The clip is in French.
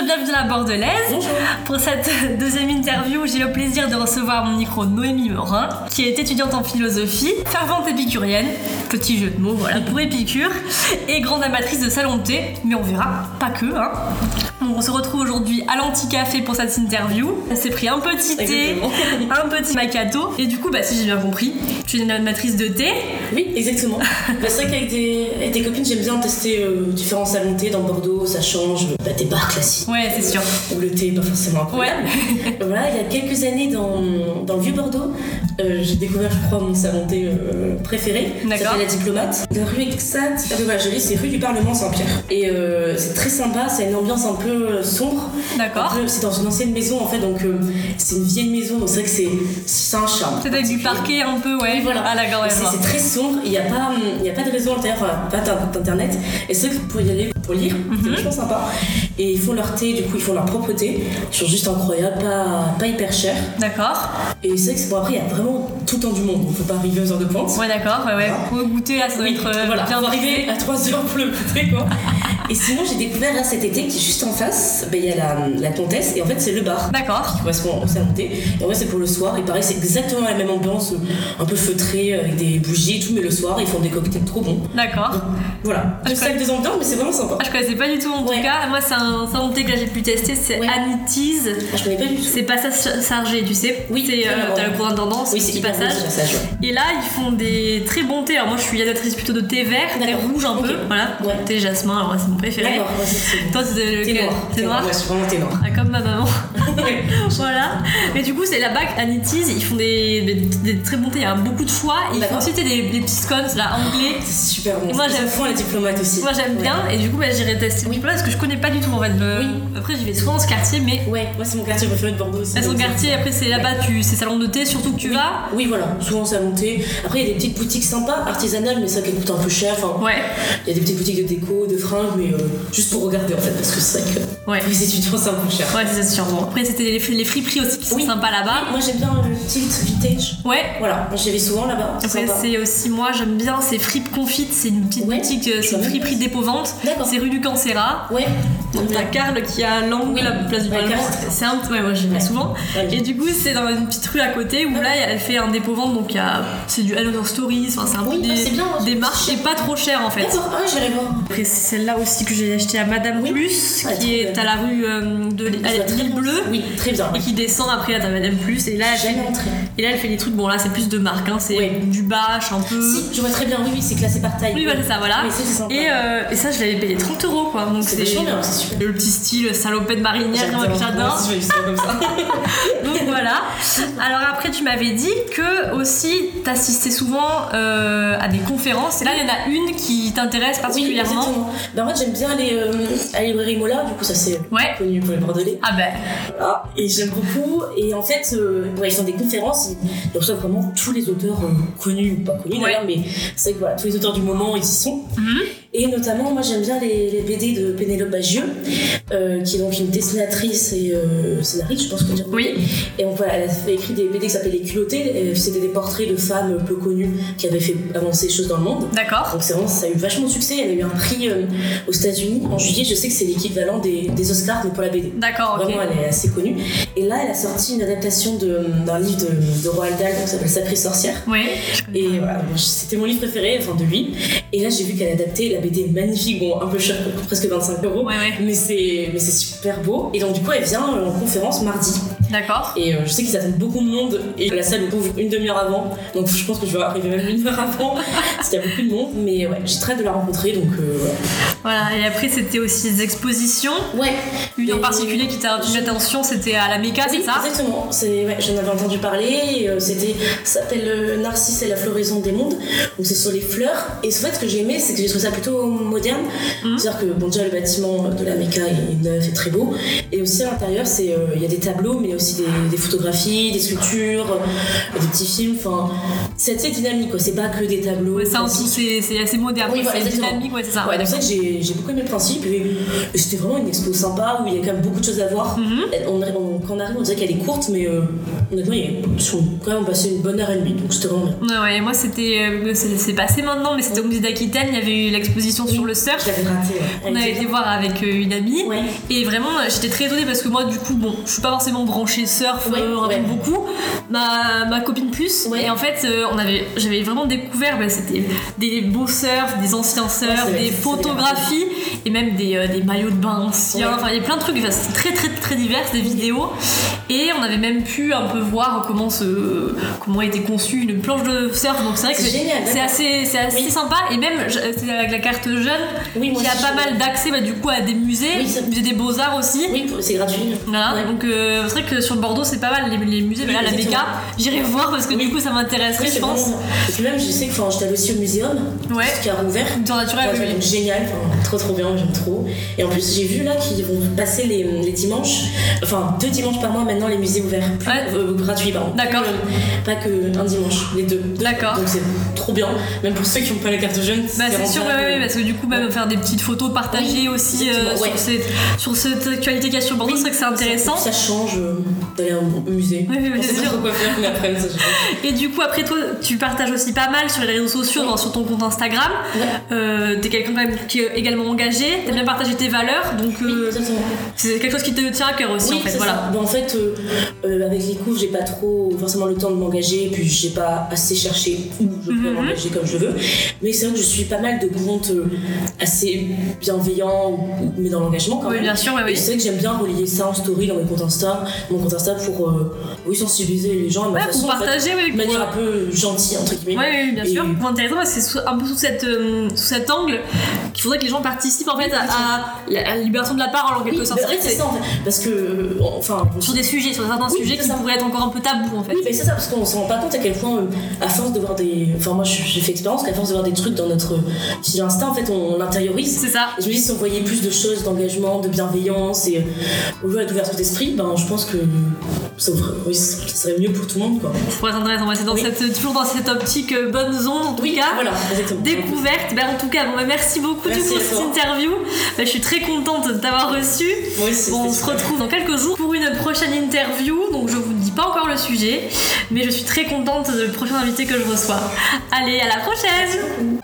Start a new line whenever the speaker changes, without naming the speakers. et bienvenue à la Bordelaise.
Bonjour.
Pour cette deuxième interview, j'ai le plaisir de recevoir à mon micro Noémie Morin, qui est étudiante en philosophie, fervente épicurienne, petit jeu de mots, voilà, pour Épicure, et grande amatrice de salon de thé, mais on verra, pas que, hein. Donc, on se retrouve aujourd'hui à l'Anticafé pour cette interview. Elle s'est pris un petit thé,
Exactement.
un petit macato, et du coup, bah, si j'ai bien compris, tu es une amatrice de thé,
Oui, exactement. Bah, c'est vrai qu'avec des, avec des copines, j'aime bien tester euh, différents salons de thé dans Bordeaux, ça change. Bah, des bars classiques.
Ouais, c'est sûr.
Où le thé est pas forcément
ouais.
incroyable. Voilà, il y a quelques années dans, dans le vieux Bordeaux, euh, j'ai découvert, je crois, mon salon de thé euh, préféré. Ça
D'accord.
s'appelle La Diplomate. De rue Exat. Ah, oui, voilà, je lis, c'est rue du Parlement Saint-Pierre. Et euh, c'est très sympa, c'est une ambiance un peu euh, sombre.
D'accord.
Un peu- C'est dans une ancienne maison en fait, donc euh, c'est une vieille maison, donc c'est vrai que c'est c'est un charme.
C'est avec du parquet un peu, ouais.
Oui, voilà.
Ah, d'accord, ouais,
C'est
voilà.
c'est très sombre, il n'y a, pas, hum, il y a pas de réseau intérieur, euh, pas d'in- d'internet. Et c'est vrai que pour y aller, pour lire,
Mhm.
c'est vachement sympa. Et ils font leur thé, du coup, ils font leur propre thé. Ils sont juste incroyables, pas, pas hyper chers.
D'accord.
Et c'est vrai que c'est bon, après, il y a vraiment tout le temps du monde. Il ne faut pas arriver aux heures de pointe.
Ouais, d'accord, ouais, ouais.
Voilà.
Faut goûter à ça doit
Oui,
être euh,
voilà,
bien
faut
arrivé.
arriver à 3 heures pour le goûter, quoi. et sinon, j'ai découvert là cet été que juste en face, ben, il y a la, la comtesse, et en fait, c'est le bar.
D'accord.
correspond au salon de thé. Et en vrai, c'est pour le soir. Et pareil, c'est exactement la même ambiance, euh, un peu feutrée, avec des bougies et tout. Mais le soir, ils font des cocktails trop bons.
D'accord.
Voilà.
Ah,
Je
je
sais que des ambiances, mais c'est vraiment sympa.
Ah, je connaissais pas du tout en tout
Ouais.
cas. Moi, c'est un salon de thé que là, j'ai pu tester, c'est
Ouais.
Anitise.
Ah, Je connais pas du tout.
C'est passage sargé, tu sais.
Oui,
C'est, euh,
vraiment.
T'as le courant d'endance,
Oui,
c'est
c'est
petit
hyper
passage.
bon, ce passage, ouais.
Et là, ils font des très bons thés. Alors, moi, je suis adaptatrice plutôt de thé vert, thé
D'accord.
rouge un peu.
Ok.
Voilà.
Ouais.
Thé jasmin, alors moi, c'est mon préféré.
D'accord, ouais, c'est- c'est bon.
Toi, c'est le
T'es noir.
T'es noir
Ouais, c'est vraiment t'es noir.
Ah, comme ma maman. voilà. Mais du coup, c'est là-bas qu'Anitise, ils font des, des- des très bons thés. Il y a beaucoup de choix. Ils font
D'accord.
aussi tu sais, des, des petits scones, là, anglais.
C'est super bon.
Moi,
Ils en
j'aime-
font la diplomate aussi.
Moi j'aime
Ouais.
bien et du coup bah, j'irai tester oui. parce que je connais pas du tout en fait. le-
Oui.
Après j'y vais souvent dans ce quartier mais
Ouais, moi, c'est mon quartier préféré de Bordeaux aussi.
à son
donc-
quartier après Ah, c'est là-bas tu c'est salon de thé surtout que tu vas.
Oui, voilà, souvent salon de thé. Après, il y a des petites boutiques sympas, artisanales, mais ça qui coûte un peu cher. Enfin,
Ouais.
Il y a des petites boutiques de déco, de fringues, mais euh, juste pour regarder en fait, parce que c'est vrai que
Ouais.
pour les étudiants, c'est un peu cher.
Ouais c'est sûr. Bon, après c'était les, fri- les friperies aussi qui sont
Oui.
sympas là-bas.
Moi, j'aime bien le tilt vintage.
Ouais.
Voilà, j'y vais souvent là-bas.
Après
sympa.
c'est aussi moi j'aime bien c'est Fripe Confite, c'est une petite
Ouais.
boutique, euh, c'est une
Ouais.
friperie dépôt-vente.
D'accord.
C'est rue du Cancéra.
Ouais.
Donc t'as Carl qui a l'angle
Oui.
la place du
Ouais,
Parlement.
Carl, c'est
C'est un ouais moi j'y vais
Ouais.
souvent.
Ouais.
Et du coup c'est dans une petite rue à côté où là elle fait un dépôt-vente donc il y a- c'est du Another Stories, enfin, c'est un peu
Oui, ah,
des,
c'est bien, hein,
des
c'est
marches c'est pas trop cher en fait.
D'accord, ah, j'irai voir.
Après, c'est celle-là aussi que j'ai achetée à Madame
Oui.
Plus,
Ouais,
qui
très
est
bien.
à la rue euh, de l'île
Ça va
à
très
l'île
bien.
Bleue.
Oui, très bien.
Et qui descend après à ta Madame Plus. Et là, elle fait,
Jamais entré.
et là, elle fait des trucs. Bon, là, c'est plus de marque. hein, c'est
Oui.
du bâche un peu.
Si, je vois très bien, oui, oui, c'est classé par taille.
Mm. Oui, voilà, c'est ça, voilà.
Oui, ça, c'est sympa.
Et, euh, et ça, je l'avais payé 30 euros, quoi. Donc
C'est vachement bien, c'est super.
Et Le petit style salopette marinière, moi, que j'adore.
Ouais, c'est comme ça.
Donc voilà. Alors après, tu m'avais dit que aussi, t'assistais souvent euh, à des conférences. Et là, il y en a une qui t'intéresse particulièrement.
Oui, exactement. Bah, moi, j'aime bien aller euh, à la librairie Mola, du coup, ça c'est
Ouais.
connu pour les Bordelais.
ah ben,
Voilà. Et j'aime beaucoup. Et en fait, euh, ouais, ils font des conférences, ils, ils reçoivent vraiment tous les auteurs euh, connus ou pas connus
Ouais.
d'ailleurs, mais c'est vrai que voilà, tous les auteurs du moment, ils y sont.
Mhm.
Et notamment, moi j'aime bien les, les BD de Pénélope Bagieux, euh, qui est donc une dessinatrice et euh, scénariste, je pense qu'on dirait.
oui.
Et donc voilà, elle a fait écrit des BD qui s'appelaient Les culottés, et c'était des portraits de femmes peu connues qui avaient fait avancer les choses dans le monde.
D'accord.
Donc c'est vraiment, ça a eu vachement de succès, elle a eu un prix euh, aux États-Unis en juillet, je sais que c'est l'équivalent des, des Oscars mais pour la BD.
D'accord, ok.
Vraiment, elle est assez connue. Et là, elle a sorti une adaptation de- d'un livre de, de Roald Dahl qui s'appelle Sacrée Sorcière.
Oui.
Et euh, voilà, moi, je- c'était mon livre préféré, enfin de lui. Et là, j'ai vu qu'elle adaptait la BD magnifique, bon, un peu cher, presque 25 euros.
Ouais, ouais.
Mais c'est mais c'est super beau. Et donc, du coup, elle vient euh, en conférence mardi.
D'accord.
Et euh, je sais qu'ils attendent beaucoup de monde. Et la salle ouvre une demi-heure avant. Donc, je pense que je vais arriver même une heure avant. parce qu'il y a beaucoup de monde. Mais ouais, j'ai très hâte de la rencontrer. Donc, euh,
Voilà. Et après, c'était aussi des expositions.
ouais.
Une en
Et-
particulier qui t'a retenu l'attention, c'était à la Méca,
Oui,
Ah, c'est ça
Exactement, c'est, ouais, j'en avais entendu parler, et, euh, c'était, ça s'appelle euh, Narcisse et la floraison des mondes, donc c'est sur les fleurs, et en fait ce que j'ai aimé c'est que j'ai trouvé ça plutôt moderne,
Hum.
c'est-à-dire que bon déjà le bâtiment de la Mecca est neuf et très beau, et aussi à l'intérieur c'est, euh, il y a des tableaux mais il y a aussi des, des photographies, des sculptures, euh, des petits films, enfin c'est assez dynamique quoi, c'est pas que des tableaux.
Ouais, ça en
classiques.
tout, c'est c'est assez moderne.
Oui, voilà,
c'est
exactement.
dynamique, ouais, c'est ça.
Ouais, donc
d'accord.
c'est vrai que j'ai j'ai beaucoup aimé le principe et, et c'était vraiment une expo sympa où il y a quand même beaucoup de choses à voir.
Mhm.
On arri- on- quand on arrive, on dirait qu'elle est courte, mais euh, honnêtement, il y a- ils sont quand même passé une bonne heure et demie, donc c'était vraiment bien.
Ouais, ouais, et moi c'était. euh, c'est c'est passé maintenant, mais c'était au musée d'Aquitaine, il y avait eu l'exposition sur le surf.
Je l'avais raté.
On avait été voir avec euh, une amie.
Ouais.
Et vraiment, euh, j'étais très étonnée parce que moi, du coup, bon, je suis pas forcément branchée surf,
Ouais,
euh, vraiment
ouais.
beaucoup. Ma, ma copine plus.
Ouais.
Et en fait, euh, on avait, j'avais vraiment découvert, bah, c'était des beaux surfs, des anciens surfs,
c'est vrai,
des
c'est
photographies et même des, euh, des maillots de bain anciens.
Ouais.
Enfin, il y a plein de trucs, enfin, c'est très très très divers, des vidéos. Et on avait même pu un peu voir comment se, comment était conçue une planche de surf. Donc c'est vrai que
C'est génial, hein.
c'est
d'accord.
assez, c'est assez
Oui.
sympa. Et même, je- c'est avec la carte jeune.
Oui, moi
Il y a
aussi,
pas
je-
mal d'accès bah, du coup à des musées,
Oui, ça-
musée des beaux-arts aussi.
Oui, c'est gratuit.
Voilà,
Ouais.
donc euh, c'est vrai que sur le Bordeaux c'est pas mal les, les musées,
Oui,
voilà, la
exactement.
méca, j'irai voir parce que du coup ça m'intéresserait
Oui,
je
c'est
pense.
vraiment- Et puis même, je sais que enfin, j'étais allée aussi au muséum,
Ouais.
qui a rouvert.
Culture naturelle, oui,
Donc,
oui.
Génial, enfin, trop trop bien, j'aime trop. Et en plus, j'ai vu là qu'ils vont passer les, les dimanches, enfin deux dimanches par mois maintenant, les musées ouverts. Plus-
Ouais.
euh, gratuits, pardon.
D'accord.
Euh, pas que un dimanche, les deux. Deux.
D'accord.
Donc c'est trop bien, même pour ceux qui n'ont pas la carte jeune.
Bah c'est sûr, ouais,
rentable.
ouais, ouais, parce que du coup même faire des petites photos, partager
Oui,
aussi
exactement,
euh,
ouais.
sur, cette, sur cette actualité qu'il y a sur Bordeaux, c'est vrai que c'est intéressant.
Ça change euh, d'aller au musée.
Oui, oui, oui,
On sait
c'est
pas
sûr. Euh,
trop quoi faire, mais après, ça change.
Et du coup après toi tu partages aussi pas mal sur les réseaux sociaux,
Oui.
genre sur ton compte Instagram.
Ouais.
Euh, t'es quelqu'un quand même qui est également engagé, t'aimes bien partager tes valeurs, donc
Oui,
euh,
exactement.
c'est quelque chose qui te tient à cœur aussi en fait,
c'est
voilà.
ça. Ben, en fait, euh, euh, avec les cours, j'ai pas trop forcément le temps de m'engager, puis j'ai pas assez cherché où je peux
Mhm.
m'engager comme je veux. Mais c'est vrai que je suis pas mal de comptes euh, assez bienveillants, ou- mais dans l'engagement quand
Oui
même.
Oh, bien sûr, ouais,
Et
oui.
c'est vrai que j'aime bien relier ça en story dans mes comptes Insta, mon compte Insta pour euh, oui, sensibiliser les gens à ma
Ouais,
façon,
pour
en fait,
partager, oui,
de
pour-
manière un peu gentille, entre guillemets.
Oui, oui, bien
Et-
sûr. C'est intéressant parce que c'est sous- un peu sous, cette, euh, sous cet angle qu'il faudrait que les gens participent en fait à, à la libération de la parole en quelque
Oui,
sorte.
ben, en fait, c'est ça en fait. Parce que, euh, enfin,
Sur des sujets, sur certains
Oui,
sujets
c'est
qui
ça.
pourraient être encore un peu tabous en fait.
Oui, mais c'est ça, parce qu'on se rend pas compte à quel point, euh, à force de voir des. Enfin, moi, je- j'ai fait expérience qu'à force de voir des trucs dans notre fil Insta, en fait, on l'intériorise.
C'est ça.
Et je me dis, si on voyait plus de choses d'engagement, de bienveillance et euh, au lieu d'ouverture d'esprit, ben, je pense que ça, ouvre- oui, ça serait mieux pour tout le monde, quoi.
Ça pourrait être intéressant. Ouais, C'est dans
Oui.
cette, toujours dans cette optique euh, bonne zone en tout
Oui,
cas.
voilà, exactement.
Découverte, Ben, en tout cas, bon, ben, merci beaucoup du
Merci
coup
à
pour cette
toi.
interview. Ben, je suis très contente de t'avoir reçu.
Moi aussi,
on
c'était
se
super.
retrouve dans quelques jours pour une prochaine interview. Donc je vous dis pas encore le sujet, mais je suis très contente du prochain invité que je reçois. Allez, à la prochaine!